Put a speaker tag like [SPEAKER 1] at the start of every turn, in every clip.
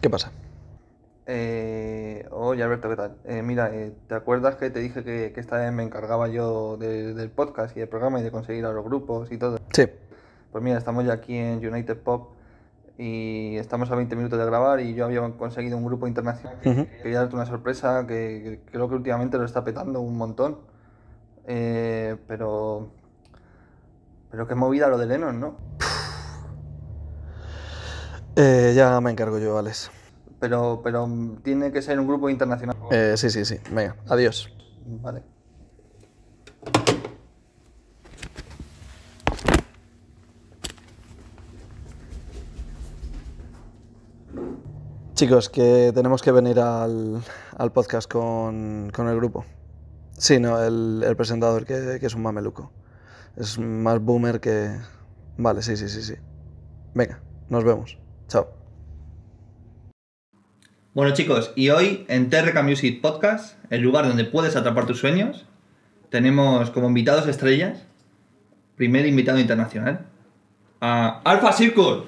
[SPEAKER 1] ¿Qué pasa?
[SPEAKER 2] Eh, oye Alberto, ¿qué tal? Eh, mira, eh, ¿te acuerdas que te dije que, que esta vez me encargaba yo de- del podcast y del programa y de conseguir a los grupos y todo?
[SPEAKER 1] Sí.
[SPEAKER 2] Pues mira, estamos ya aquí en United Pop y estamos a 20 minutos de grabar y yo había conseguido un grupo internacional. que-
[SPEAKER 1] Ujú.
[SPEAKER 2] Quería darte una sorpresa que, que creo que últimamente lo está petando un montón. Eh, pero... Pero qué movida lo de Lennon, ¿no?
[SPEAKER 1] Eh, ya me encargo yo, Alex.
[SPEAKER 2] Pero, pero mm, tiene que ser un grupo internacional.
[SPEAKER 1] Eh, sí, sí, sí. Venga, adiós.
[SPEAKER 2] Vale.
[SPEAKER 1] Chicos, que tenemos que venir al, al podcast con, con el grupo. Sí, no, el, el presentador, que, que es un mameluco. Es más boomer que... Vale, sí, sí, sí, sí. Venga, nos vemos. Chao.
[SPEAKER 2] Bueno chicos, y hoy en TRK Music Podcast, el lugar donde puedes atrapar tus sueños, tenemos como invitados estrellas, primer invitado internacional, a Alpha Circle.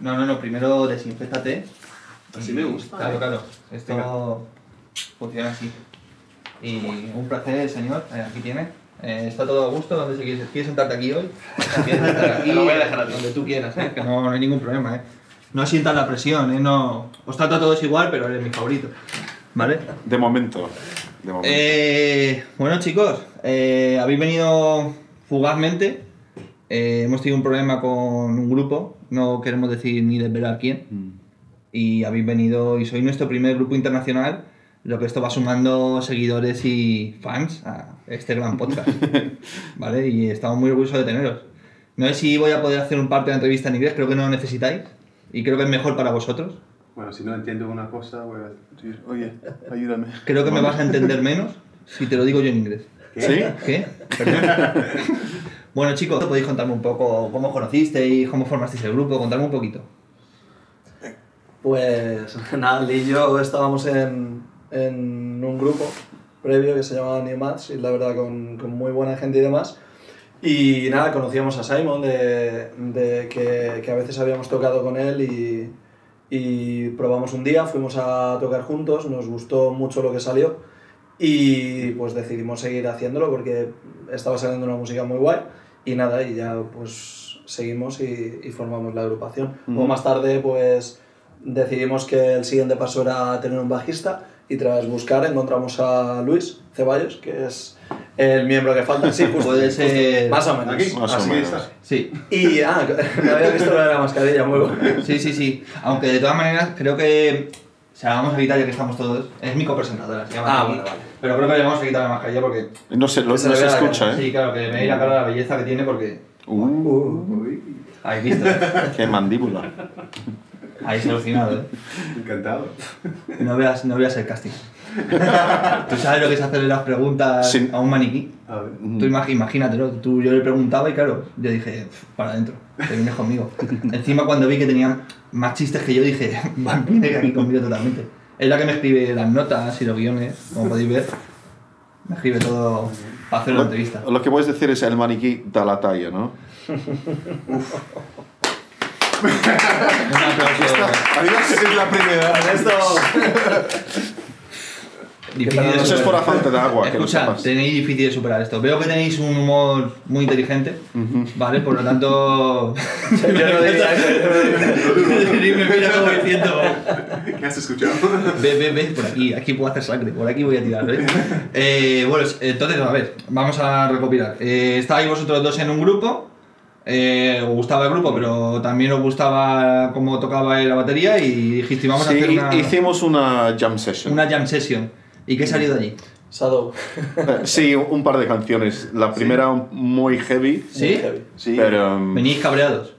[SPEAKER 2] No, no, no, primero desinfectate.
[SPEAKER 3] Oh. Así me gusta.
[SPEAKER 2] Claro, claro. Esto funciona así. Y un placer, señor. Eh, aquí tiene. Eh, está todo a gusto. ¿Dónde se quiere, ¿Quieres sentarte aquí hoy? ¿Quieres sentarte aquí?
[SPEAKER 3] Te lo voy a dejar a ti.
[SPEAKER 2] Donde tú quieras, ¿eh? Que no, no hay ningún problema, ¿eh? No sientas la presión, ¿eh? No... Os trato a todos igual, pero eres mi favorito. ¿Vale?
[SPEAKER 3] De momento. De momento.
[SPEAKER 2] Eh, bueno, chicos, eh, habéis venido fugazmente. Eh, hemos tenido un problema con un grupo. No queremos decir ni desvelar quién
[SPEAKER 3] Mm.
[SPEAKER 2] y habéis venido y sois nuestro primer grupo internacional, lo que esto va sumando seguidores y fans a este gran podcast, ¿vale? Y estamos muy orgullosos de teneros. No sé si voy a poder hacer un parte de la entrevista en inglés, creo que no lo necesitáis y creo que es mejor para vosotros.
[SPEAKER 4] Bueno, si no entiendo una cosa, voy a decir, oye, ayúdame.
[SPEAKER 2] Creo que me vas a entender menos si te lo digo yo en inglés.
[SPEAKER 3] ¿Sí?
[SPEAKER 2] ¿Qué? Perdón. bueno, chicos, podéis contarme un poco cómo os conocisteis, cómo formasteis el grupo, contarme un poquito.
[SPEAKER 1] Pues nada, y yo estábamos en, en un grupo previo que se llamaba New Maths y la verdad con, con muy buena gente y demás. Y nada, conocíamos a Simon, de, de que, que a veces habíamos tocado con él y, y probamos un día, fuimos a tocar juntos, nos gustó mucho lo que salió y pues decidimos seguir haciéndolo porque estaba saliendo una música muy guay y nada, y ya pues seguimos y, y formamos la agrupación.
[SPEAKER 3] Ujú.
[SPEAKER 1] Luego más tarde pues decidimos que el siguiente paso era tener un bajista y tras buscar encontramos a Luis Ceballos, que es el miembro que falta. Sí, justo,
[SPEAKER 2] Puede ser-
[SPEAKER 1] Más o menos.
[SPEAKER 4] Aquí,
[SPEAKER 3] Más o
[SPEAKER 4] así
[SPEAKER 3] menos.
[SPEAKER 4] está.
[SPEAKER 2] Sí,
[SPEAKER 1] Y ah, me había visto lo de la mascarilla, muy bueno.
[SPEAKER 2] Sí, sí, sí. Aunque de todas maneras, creo que. O sea, vamos a evitar ya que estamos todos. Es mi copresentadora, se llama.
[SPEAKER 1] Ah,
[SPEAKER 2] Vicky.
[SPEAKER 1] vale, vale.
[SPEAKER 2] Pero creo que le vamos a quitar la mascarilla porque.
[SPEAKER 3] No se, lo-
[SPEAKER 1] Que se
[SPEAKER 3] no
[SPEAKER 1] le
[SPEAKER 3] se
[SPEAKER 1] vea la
[SPEAKER 3] escucha,
[SPEAKER 2] Sí,
[SPEAKER 3] ¿eh?
[SPEAKER 2] claro, que veis la cara de la belleza que tiene porque.
[SPEAKER 3] Uh,
[SPEAKER 4] Uy,
[SPEAKER 2] Habéis visto.
[SPEAKER 3] qué mandíbula.
[SPEAKER 2] Habéis alucinado, ¿eh?
[SPEAKER 4] encantado.
[SPEAKER 2] No veas, no veas el casting. ¿Tú sabes lo que es hacerle las preguntas
[SPEAKER 3] Sí.
[SPEAKER 2] a un maniquí?
[SPEAKER 4] A ver.
[SPEAKER 2] Tú imag- imagínatelo, tú, yo le preguntaba y claro, yo dije, "Pf, para adentro, te vienes conmigo. Encima cuando vi que tenía más chistes que yo, dije, va, viene aquí conmigo totalmente. Es la que me escribe las notas y los guiones, como podéis ver. Me escribe todo para hacer una entrevista.
[SPEAKER 3] Lo, lo que puedes decir es el maniquí da la talla, ¿no?
[SPEAKER 2] Un aplauso.
[SPEAKER 3] Adiós, es la primera.
[SPEAKER 1] Esto...
[SPEAKER 2] Difícil de
[SPEAKER 3] Eso es por la
[SPEAKER 2] superar.
[SPEAKER 3] falta de agua, que lo
[SPEAKER 2] Escuchad,
[SPEAKER 3] sepas.
[SPEAKER 2] tenéis difícil de superar esto. Veo que tenéis un humor muy inteligente, ¿vale? Por lo tanto...
[SPEAKER 1] Yo no diría eso.
[SPEAKER 2] me mira como diciendo...
[SPEAKER 4] ¿Qué has escuchado?
[SPEAKER 2] Ve, ve, ve, por aquí, aquí puedo hacer sangre, por aquí voy a tirar, ¿eh? Eh, bueno, entonces, a ver, vamos a recopilar. Eh, estabais vosotros dos en un grupo, eh, os gustaba el grupo, pero también os gustaba cómo tocaba la batería y dijiste, vamos a hacer
[SPEAKER 3] Sí,
[SPEAKER 2] una,
[SPEAKER 3] hicimos una jam session.
[SPEAKER 2] una jam session. ¿Y qué salió de allí?
[SPEAKER 1] Shadow.
[SPEAKER 3] Eh, Sí, un par de canciones. La primera muy heavy,
[SPEAKER 1] Muy
[SPEAKER 2] ¿Sí?
[SPEAKER 1] heavy.
[SPEAKER 4] Sí.
[SPEAKER 3] pero... um,
[SPEAKER 2] ¿Venís cabreados?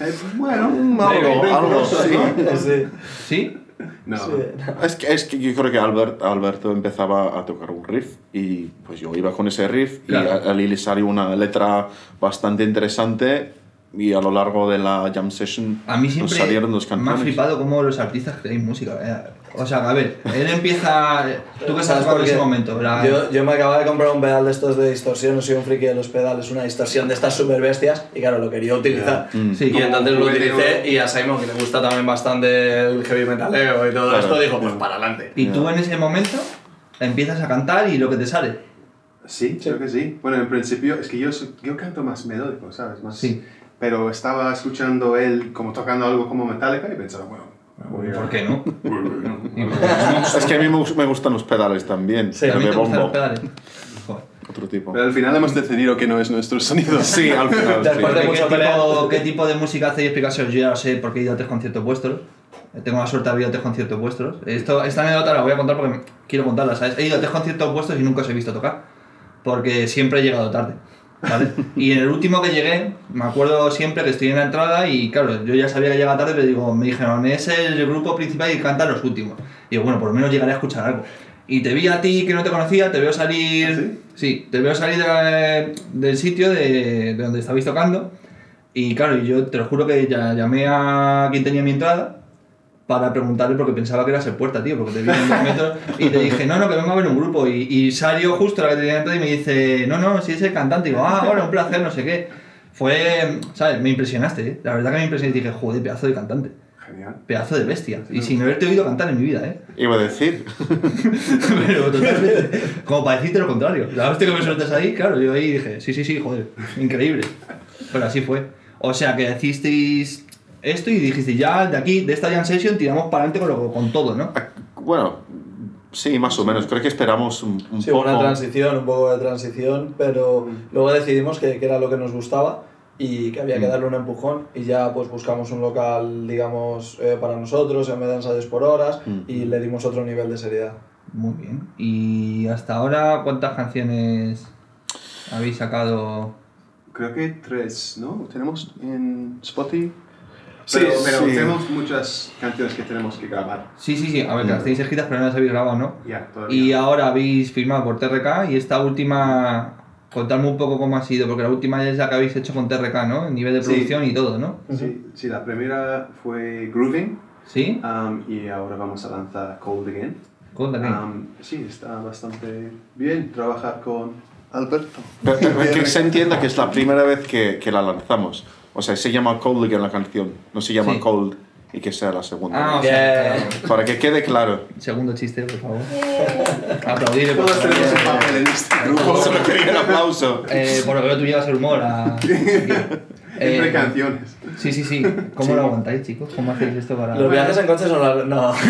[SPEAKER 4] Eh, bueno.
[SPEAKER 3] mm, Algo,
[SPEAKER 4] Venga,
[SPEAKER 3] algo,
[SPEAKER 4] venga,
[SPEAKER 3] sí.
[SPEAKER 1] Sí.
[SPEAKER 2] ¿Sí?
[SPEAKER 4] No.
[SPEAKER 1] sí.
[SPEAKER 3] Es que, es que yo creo que Albert, Alberto empezaba a tocar un riff y pues yo iba con ese riff
[SPEAKER 2] Claro.
[SPEAKER 3] y a, a Lili salió una letra bastante interesante y a lo largo de la jam session
[SPEAKER 2] A mí
[SPEAKER 3] nos
[SPEAKER 2] siempre
[SPEAKER 3] salieron dos
[SPEAKER 2] me ha
[SPEAKER 3] canciones.
[SPEAKER 2] flipado cómo los artistas creéis música. eh. O sea, a ver, él empieza. Tú que sabes por
[SPEAKER 1] por
[SPEAKER 2] ese
[SPEAKER 1] qué?
[SPEAKER 2] momento. La-
[SPEAKER 1] Yo, yo me acababa de comprar un pedal de estos de distorsión, no soy un friki de los pedales, una distorsión de estas super bestias, y claro, lo quería utilizar.
[SPEAKER 3] Mm.
[SPEAKER 2] Sí.
[SPEAKER 1] Y entonces lo
[SPEAKER 4] Como
[SPEAKER 1] utilicé,
[SPEAKER 4] medio-
[SPEAKER 1] y a Simon, que le gusta también bastante el heavy eh. metaleo y todo
[SPEAKER 3] Claro,
[SPEAKER 1] esto, dijo,
[SPEAKER 3] claro.
[SPEAKER 1] pues para adelante.
[SPEAKER 2] Y tú en ese momento empiezas a cantar y lo que te sale.
[SPEAKER 4] Sí, creo que sí. Bueno, en principio, es que yo, soy- yo canto más melódico, ¿sabes? Más,
[SPEAKER 2] Sí.
[SPEAKER 4] Pero estaba escuchando él como tocando algo como Metallica y pensaba, bueno, voy a-
[SPEAKER 2] ¿Por qué no?
[SPEAKER 4] Bueno,
[SPEAKER 3] Es que a mí me, gus- me gustan los pedales también.
[SPEAKER 1] Sí,
[SPEAKER 3] pero
[SPEAKER 2] ¿También
[SPEAKER 3] de
[SPEAKER 2] te gustan los
[SPEAKER 3] bombo.
[SPEAKER 2] pedales? Joder.
[SPEAKER 3] Otro tipo.
[SPEAKER 4] Pero al final hemos decidido que no es nuestro sonido.
[SPEAKER 3] Sí, al final.
[SPEAKER 1] Después
[SPEAKER 3] sí.
[SPEAKER 1] de
[SPEAKER 2] ¿Qué
[SPEAKER 1] mucho
[SPEAKER 2] tipo,
[SPEAKER 1] peleo.
[SPEAKER 2] ¿Qué tipo de música hacéis? Explicaros, yo ya lo sé porque he ido a tres conciertos vuestros. Eh, Tengo la suerte de haber ido a tres conciertos vuestros. Esto, esta anécdota la voy a contar porque me- quiero contarla, ¿sabes? He ido a tres conciertos vuestros y nunca os he visto tocar. Porque siempre he llegado tarde. ¿Vale? Y en el último que llegué, me acuerdo siempre que estoy en la entrada y claro, yo ya sabía que llegaba tarde, pero digo, me dijeron, es el grupo principal y cantan los últimos. Digo, bueno, por lo menos llegaré a escuchar algo. Y te vi a ti que no te conocía, te veo salir. ¿Sí? te veo salir de- del sitio de, de donde estabais tocando. Y claro, y yo te lo juro que ya llamé a quien tenía mi entrada para preguntarle porque pensaba que eras el puerta, tío, porque te vi en dos metros y te dije, no, no, que vengo a ver un grupo. Y, y salió justo la que tenía entrada y me dice, no, no, si es el cantante. Y digo, ah, ahora un placer, no sé qué. Fue, ¿sabes? Me impresionaste, ¿eh? La verdad que me impresionaste y dije, joder, pedazo de cantante,
[SPEAKER 4] Genial.
[SPEAKER 2] pedazo de bestia. Y sin haberte oído cantar en mi vida, ¿eh?
[SPEAKER 3] Iba a decir.
[SPEAKER 2] Pero totalmente, como para decirte lo contrario. La hostia que me sueltas ahí, claro, yo ahí dije, sí, sí, sí, joder, increíble. Pero así fue. O sea, que hicisteis esto y dijisteis, ya de aquí, de esta Jam Session, tiramos para adelante con, lo- con todo, ¿no?
[SPEAKER 3] Bueno, sí, más o menos. Creo que esperamos un, un
[SPEAKER 1] Sí, hubo
[SPEAKER 3] poco.
[SPEAKER 1] una transición, un poco de transición, pero
[SPEAKER 2] Mm.
[SPEAKER 1] luego decidimos que, que era lo que nos gustaba y que
[SPEAKER 2] Mm.
[SPEAKER 1] había que darle un empujón y ya pues buscamos un local, digamos, eh, para nosotros en vez de ensayos por horas
[SPEAKER 3] Mm.
[SPEAKER 1] y le dimos otro nivel de seriedad.
[SPEAKER 2] Muy bien. ¿Y hasta ahora cuántas canciones habéis sacado?
[SPEAKER 4] Creo que tres, ¿no? Tenemos en Spotify.
[SPEAKER 3] Sí,
[SPEAKER 4] Pero, pero
[SPEAKER 3] sí.
[SPEAKER 4] tenemos muchas canciones que tenemos que grabar.
[SPEAKER 2] Sí, sí, sí, a ver, que las
[SPEAKER 4] Mm.
[SPEAKER 2] tenéis escritas, pero no las habéis grabado, ¿no?
[SPEAKER 4] Ya, todavía.
[SPEAKER 2] Y ah, ahora habéis firmado por TRK y esta última, contadme un poco cómo ha sido, porque la última es la que habéis hecho con TRK, ¿no? El nivel de
[SPEAKER 4] Sí.
[SPEAKER 2] producción y todo, ¿no?
[SPEAKER 4] Sí, sí, la primera fue Grooving
[SPEAKER 2] ¿Sí?
[SPEAKER 4] um, y ahora vamos a lanzar Cold Again.
[SPEAKER 2] Cuéntame.
[SPEAKER 4] Um, sí, está bastante bien trabajar con Alberto.
[SPEAKER 3] Pero- pero que se entienda que es la primera vez que, que la lanzamos. O sea, se llama Cold Again la canción. No se llama
[SPEAKER 2] Sí.
[SPEAKER 3] Cold y que sea la segunda.
[SPEAKER 2] ah, o sea,
[SPEAKER 1] Bien.
[SPEAKER 2] claro.
[SPEAKER 3] Para que quede claro.
[SPEAKER 2] Segundo chiste, por favor. Aplaudir. por
[SPEAKER 4] Todos
[SPEAKER 2] favor.
[SPEAKER 4] tenemos un papel en este grupo.
[SPEAKER 3] Solo quería un aplauso.
[SPEAKER 2] Eh, por lo que veo, tú llevas el humor a...
[SPEAKER 4] Entre
[SPEAKER 2] Eh,
[SPEAKER 4] canciones.
[SPEAKER 2] Sí, sí, sí. ¿Cómo lo aguantáis, chicos? ¿Cómo hacéis esto para...?
[SPEAKER 1] Los viajes en coche son la...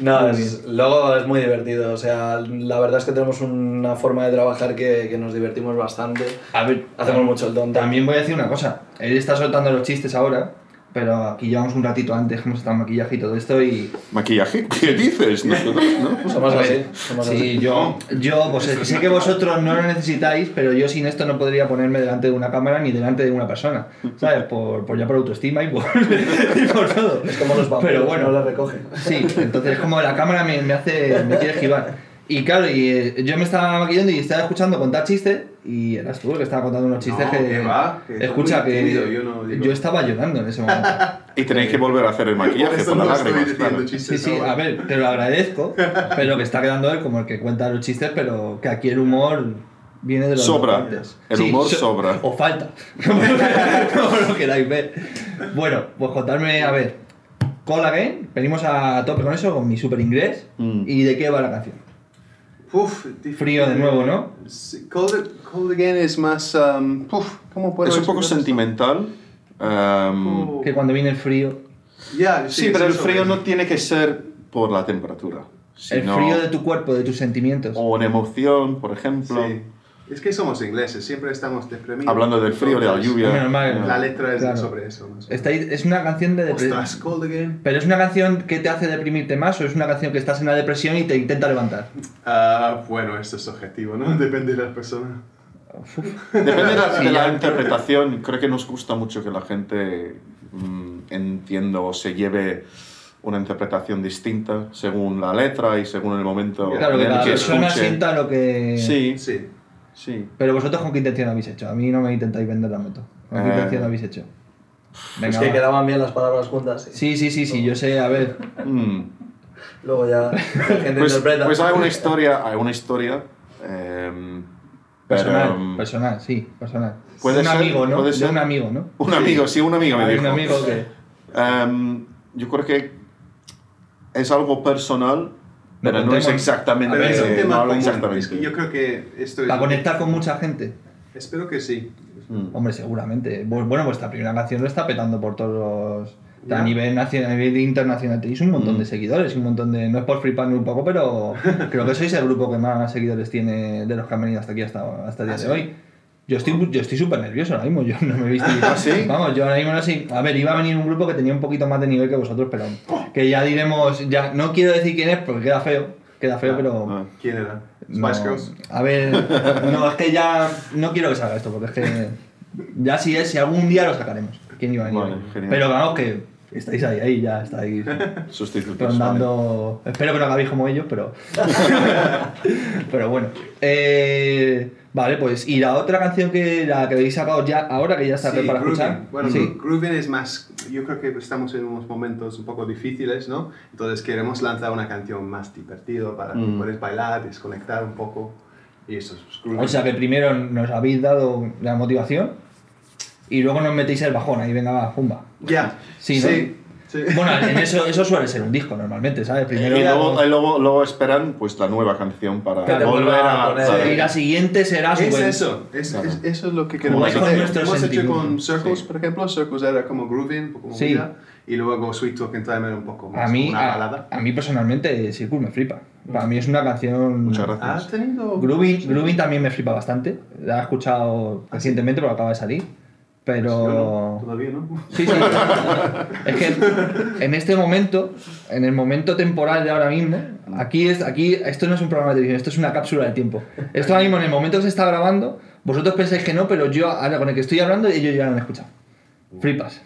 [SPEAKER 1] No. No,
[SPEAKER 2] Muy
[SPEAKER 1] es- luego es muy divertido. O sea, la verdad es que tenemos una forma de trabajar que, que nos divertimos bastante.
[SPEAKER 2] A ver,
[SPEAKER 1] Hacemos mucho el tonto.
[SPEAKER 2] También voy a decir una cosa. Él está soltando los chistes ahora, pero aquí llevamos un ratito antes, hemos estado en maquillaje y todo esto y...
[SPEAKER 3] Maquillaje. ¿Qué dices? Nosotros, ¿no?
[SPEAKER 1] Somos
[SPEAKER 2] A
[SPEAKER 1] así.
[SPEAKER 2] ver,
[SPEAKER 1] Somos
[SPEAKER 2] Sí,
[SPEAKER 1] así.
[SPEAKER 2] yo, yo pues, eh, sé que vosotros no lo necesitáis, pero yo sin esto no podría ponerme delante de una cámara ni delante de una persona, ¿sabes? Por, por ya por autoestima y por, y por todo.
[SPEAKER 1] Es como los vampiros,
[SPEAKER 2] Pero bueno,
[SPEAKER 1] no le recogen.
[SPEAKER 2] Sí, entonces es como la cámara me, me hace, me quiere esquivar. Y claro, y, eh, yo me estaba maquillando y estaba escuchando contar chistes y eras tú el que estaba contando unos chistes
[SPEAKER 4] No,
[SPEAKER 2] que...
[SPEAKER 4] que va, que
[SPEAKER 2] escucha,
[SPEAKER 4] muy
[SPEAKER 2] que
[SPEAKER 4] tímido, yo no digo.
[SPEAKER 2] yo estaba llorando en ese momento.
[SPEAKER 3] Y tenéis que volver a hacer el
[SPEAKER 4] Por
[SPEAKER 3] maquillaje
[SPEAKER 4] eso
[SPEAKER 3] por las
[SPEAKER 4] no estoy
[SPEAKER 3] lágrimas.
[SPEAKER 4] diciendo
[SPEAKER 3] claro.
[SPEAKER 4] chistes
[SPEAKER 2] Sí, sí,
[SPEAKER 4] ahora.
[SPEAKER 2] a ver, te lo agradezco, pero que está quedando él como el que cuenta los chistes, pero que aquí el humor viene de los
[SPEAKER 3] Sobra.
[SPEAKER 2] antes.
[SPEAKER 3] El humor sobra.
[SPEAKER 4] Oh,
[SPEAKER 2] O falta, como lo queráis ver. Bueno, pues contadme, a ver, Call Again, venimos a tope con eso, con mi super inglés,
[SPEAKER 3] Mm.
[SPEAKER 2] ¿y de qué va la canción?
[SPEAKER 4] Uf, difícil. eh.
[SPEAKER 2] Frío de nuevo, ¿no?
[SPEAKER 4] Sí, Cold, Cold Again es más. um, uf, ¿Cómo puedo
[SPEAKER 3] Es un poco
[SPEAKER 4] explicar esto?
[SPEAKER 3] sentimental. um,
[SPEAKER 4] Oh.
[SPEAKER 2] Que cuando viene el frío,
[SPEAKER 4] Ya,
[SPEAKER 3] sí, pero el frío no tiene que ser por la temperatura.
[SPEAKER 2] el
[SPEAKER 3] sino-
[SPEAKER 2] frío de tu cuerpo, de tus sentimientos.
[SPEAKER 3] O una emoción, por ejemplo.
[SPEAKER 4] Sí. Es que somos ingleses, siempre estamos deprimidos.
[SPEAKER 3] Hablando del frío, de la
[SPEAKER 4] Entonces,
[SPEAKER 3] lluvia.
[SPEAKER 2] Menos mal que no.
[SPEAKER 4] La letra es
[SPEAKER 2] Claro.
[SPEAKER 4] sobre eso. más o menos.
[SPEAKER 2] Está ahí- es una canción de depre-
[SPEAKER 4] Ostras, Cold Again.
[SPEAKER 2] ¿Pero es una canción que te hace deprimirte más o es una canción que estás en la depresión y te intenta levantar?
[SPEAKER 4] Ah, bueno, esto es objetivo, ¿no? Depende de la persona.
[SPEAKER 3] Depende de la,
[SPEAKER 2] Sí,
[SPEAKER 3] de la
[SPEAKER 2] ya.
[SPEAKER 3] interpretación. Creo que nos gusta mucho que la gente mm, entienda o se lleve una interpretación distinta según la letra y según el momento
[SPEAKER 2] Claro, que
[SPEAKER 3] en el
[SPEAKER 2] la
[SPEAKER 3] Oh, que
[SPEAKER 2] persona
[SPEAKER 3] escuche.
[SPEAKER 2] sienta lo que...
[SPEAKER 3] Sí,
[SPEAKER 4] Sí.
[SPEAKER 3] sí.
[SPEAKER 2] Pero vosotros con qué intención habéis hecho. A mí no me intentáis vender la moto. ¿Con qué
[SPEAKER 3] Eh.
[SPEAKER 2] intención habéis hecho? Venga,
[SPEAKER 1] es que
[SPEAKER 2] va.
[SPEAKER 1] quedaban bien las palabras juntas. y
[SPEAKER 2] Sí, sí, sí, sí, yo sé, a ver.
[SPEAKER 3] Mm.
[SPEAKER 1] Luego ya la gente
[SPEAKER 3] Pues,
[SPEAKER 1] interpreta.
[SPEAKER 3] pues hay una historia, hay una historia. em, pero,
[SPEAKER 2] Personal,
[SPEAKER 3] em,
[SPEAKER 2] personal, sí, personal.
[SPEAKER 3] puede
[SPEAKER 2] un
[SPEAKER 3] ser,
[SPEAKER 2] amigo, ¿no?
[SPEAKER 3] puede
[SPEAKER 2] De
[SPEAKER 3] ser.
[SPEAKER 2] un amigo, ¿no?
[SPEAKER 3] Un amigo, sí, un amigo me
[SPEAKER 2] Hay
[SPEAKER 3] dijo.
[SPEAKER 2] un amigo que...
[SPEAKER 3] Em, yo creo que es algo personal, pero no
[SPEAKER 2] contemos.
[SPEAKER 3] es exactamente.
[SPEAKER 2] A
[SPEAKER 4] Pero
[SPEAKER 2] ver, eh,
[SPEAKER 4] es un
[SPEAKER 3] no
[SPEAKER 4] tema
[SPEAKER 3] habla
[SPEAKER 4] común.
[SPEAKER 3] exactamente.
[SPEAKER 4] Es que yo creo que esto es...
[SPEAKER 2] Para conectar con mucha gente.
[SPEAKER 4] Espero que sí.
[SPEAKER 3] Mm.
[SPEAKER 2] Hombre, seguramente. Bu- Bueno, vuestra primera canción lo está petando por todos los...
[SPEAKER 4] Ya.
[SPEAKER 2] A nivel nacional, a nivel internacional tenéis un montón
[SPEAKER 3] Mm.
[SPEAKER 2] de seguidores, un montón de... No es por fliparme un poco, pero creo que sois el grupo que más seguidores tiene de los que han venido hasta aquí hasta, hasta el día
[SPEAKER 4] ¿Ah,
[SPEAKER 2] de
[SPEAKER 4] sí?
[SPEAKER 2] hoy. Yo estoy yo estoy súper nervioso ahora mismo, yo no me he visto...
[SPEAKER 3] ¿Ah, sí?
[SPEAKER 2] Vamos, yo ahora mismo no sé... A ver, iba a venir un grupo que tenía un poquito más de nivel que vosotros, pero
[SPEAKER 3] ¡Oh!
[SPEAKER 2] que ya diremos... ya No quiero decir quién es porque queda feo, queda feo, pero...
[SPEAKER 3] Ah.
[SPEAKER 4] ¿Quién era? Spice
[SPEAKER 2] No,
[SPEAKER 4] Girls.
[SPEAKER 2] A ver, no, es que ya no quiero que salga esto, porque es que ya si es, si algún día lo sacaremos. ¿Quién iba a venir?
[SPEAKER 3] Vale, genial.
[SPEAKER 2] Pero vamos, que estáis ahí, ahí ya estáis
[SPEAKER 3] Sustitutos.
[SPEAKER 2] rondando. Espero que no acabéis como ellos, pero. pero bueno. Eh, vale, pues. Y la otra canción que la que habéis sacado ya ahora, que ya está
[SPEAKER 4] Sí,
[SPEAKER 2] para
[SPEAKER 4] Groovin.
[SPEAKER 2] escuchar.
[SPEAKER 4] Bueno,
[SPEAKER 2] sí.
[SPEAKER 4] Gro- Groovin es más. Yo creo que estamos en unos momentos un poco difíciles, ¿no? Entonces queremos lanzar una canción más divertida para que
[SPEAKER 3] Mm.
[SPEAKER 4] puedas bailar, desconectar un poco. Y eso es Groovin.
[SPEAKER 2] O sea que primero nos habéis dado la motivación y luego nos metéis el bajón ahí, venga, va, pumba.
[SPEAKER 4] Ya.
[SPEAKER 2] Sí, ¿no?
[SPEAKER 4] Sí. sí.
[SPEAKER 2] Bueno, en eso, eso suele ser un disco normalmente, ¿sabes?
[SPEAKER 4] Eh,
[SPEAKER 2] Primero
[SPEAKER 3] Eh, y luego, y luego- luego esperan pues la nueva canción para
[SPEAKER 1] Que te
[SPEAKER 3] volver
[SPEAKER 1] vuelva
[SPEAKER 3] a.
[SPEAKER 1] a poner.
[SPEAKER 2] y
[SPEAKER 3] ¿sabes?
[SPEAKER 2] la siguiente será
[SPEAKER 4] Es
[SPEAKER 2] súper-
[SPEAKER 4] eso, es,
[SPEAKER 3] Claro.
[SPEAKER 4] es- eso es lo que
[SPEAKER 2] Como
[SPEAKER 4] queremos
[SPEAKER 2] es con
[SPEAKER 4] hacer.
[SPEAKER 2] nuestro
[SPEAKER 4] Hemos hecho
[SPEAKER 2] sentimiento.
[SPEAKER 4] con Circles,
[SPEAKER 2] Sí.
[SPEAKER 4] por ejemplo. Circles era como grooving, como
[SPEAKER 2] Sí.
[SPEAKER 4] movida, y luego Sweet Talking Time era un poco
[SPEAKER 2] A
[SPEAKER 4] más
[SPEAKER 2] mí, ah,
[SPEAKER 4] una
[SPEAKER 2] a,
[SPEAKER 4] balada.
[SPEAKER 2] a mí personalmente, Circle me flipa. Para mí es una canción.
[SPEAKER 3] Muchas gracias.
[SPEAKER 4] ¿Has
[SPEAKER 2] pues,
[SPEAKER 4] tenido...?
[SPEAKER 2] Groovy, Groovy también me flipa bastante. La he escuchado recientemente porque acaba de salir.
[SPEAKER 4] Ah, Yo no,
[SPEAKER 2] Pero.
[SPEAKER 4] Todavía no.
[SPEAKER 2] Sí, sí. es que en este momento, en el momento temporal de ahora mismo, aquí, es, aquí esto no es un programa de televisión, esto es una cápsula de tiempo. Esto ahora mismo, en el momento que se está grabando, vosotros pensáis que no, pero yo ahora con el que estoy hablando, ellos ya lo han escuchado. Flipas.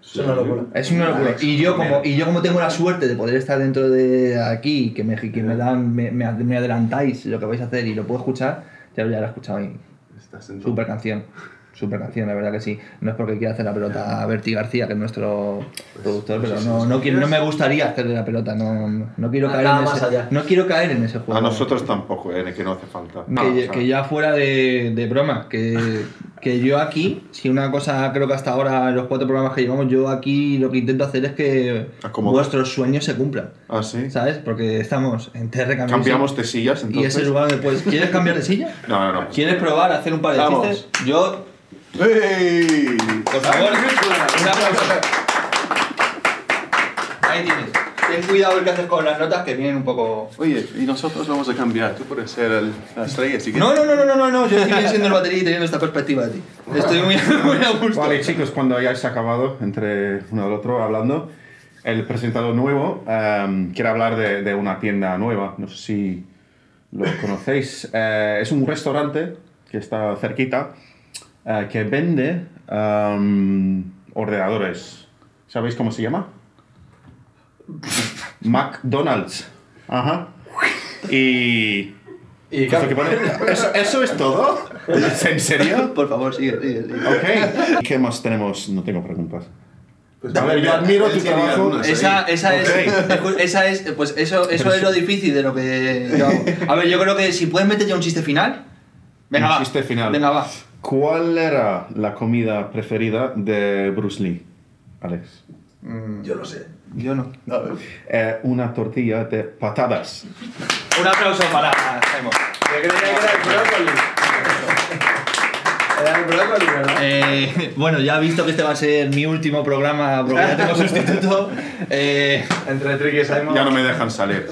[SPEAKER 1] Es una locura.
[SPEAKER 2] Es una locura.
[SPEAKER 4] Alex,
[SPEAKER 2] Y yo, como,
[SPEAKER 4] primero.
[SPEAKER 2] y yo como tengo la suerte de poder estar dentro de aquí, que me, que me, dan, me, me- me adelantáis lo que vais a hacer y lo puedo escuchar, ya lo ya lo he escuchado y
[SPEAKER 4] Estás en
[SPEAKER 2] super canción. Super canción, la verdad que sí. No es porque quiera hacer la pelota a Berti García, que es nuestro productor,
[SPEAKER 1] Pues
[SPEAKER 2] pero no, no, quiero- no me gustaría hacerle la pelota. No, no, quiero caer
[SPEAKER 1] Nada
[SPEAKER 2] en
[SPEAKER 1] más
[SPEAKER 2] ese,
[SPEAKER 1] allá.
[SPEAKER 2] no quiero caer en ese juego.
[SPEAKER 3] A nosotros tampoco, eh, que no hace falta.
[SPEAKER 2] Que,
[SPEAKER 3] No, o sea,
[SPEAKER 2] que ya fuera de, de broma, que, que yo aquí, si una cosa creo que hasta ahora, los cuatro programas que llevamos, yo aquí lo que intento hacer es que
[SPEAKER 3] Acomodar.
[SPEAKER 2] vuestros sueños se cumplan,
[SPEAKER 3] Ah, sí.
[SPEAKER 2] ¿sabes? Porque estamos en TR Cambios
[SPEAKER 3] Cambiamos de sillas
[SPEAKER 2] y
[SPEAKER 3] entonces.
[SPEAKER 2] ese lugar donde puedes. ¿Quieres cambiar de silla?
[SPEAKER 3] No, no, no.
[SPEAKER 2] ¿Quieres probar a hacer un par de
[SPEAKER 3] Vamos.
[SPEAKER 2] chistes? Yo,
[SPEAKER 3] ¡Ey!
[SPEAKER 2] por favor, un aplauso. Ahí tienes. Ten cuidado el que haces con las notas que vienen un poco.
[SPEAKER 4] Oye, y nosotros vamos a cambiar. Tú puedes ser el, la estrella, así que...
[SPEAKER 2] No, no, no, no, no, no, no, yo estoy siendo el batería y teniendo esta perspectiva de ti. Estoy muy, muy a gusto.
[SPEAKER 5] Vale, chicos, cuando hayáis acabado entre uno al otro hablando, el presentador nuevo em, quiere hablar de, de una tienda nueva. No sé si lo conocéis. Eh, es un restaurante que está cerquita eh, que vende em, ordenadores. ¿Sabéis cómo se llama? McDonald's. Ajá. Y.
[SPEAKER 1] Y
[SPEAKER 5] ¿Esto
[SPEAKER 1] claro,
[SPEAKER 5] qué pone? ¿Eso, eso es todo? ¿En serio?
[SPEAKER 2] Por favor, sigue, sigue, sigue.
[SPEAKER 5] Ok. ¿Qué más tenemos? No tengo preguntas.
[SPEAKER 4] Pues
[SPEAKER 5] A ver, yo admiro tu trabajo.
[SPEAKER 2] Esa, esa,
[SPEAKER 5] Ok.
[SPEAKER 2] es, esa es, pues eso, eso es lo difícil de lo que yo hago. A ver, yo creo que si puedes meter ya un chiste final. Venga,
[SPEAKER 5] Un
[SPEAKER 2] va.
[SPEAKER 5] chiste final.
[SPEAKER 2] Venga, va.
[SPEAKER 5] ¿Cuál era la comida preferida de Bruce Lee, Alex?
[SPEAKER 1] yo lo sé.
[SPEAKER 2] Mm. Yo no.
[SPEAKER 5] Eh, una tortilla de patadas.
[SPEAKER 2] Un aplauso para Simon.
[SPEAKER 1] Yo creía que era el brócoli. Era el brócoli, ¿verdad?
[SPEAKER 2] Eh, bueno, ya he visto que este va a ser mi último programa, porque ya tengo sustituto. Eh,
[SPEAKER 1] Entre Tricky y Simon.
[SPEAKER 3] Ya no me dejan salir.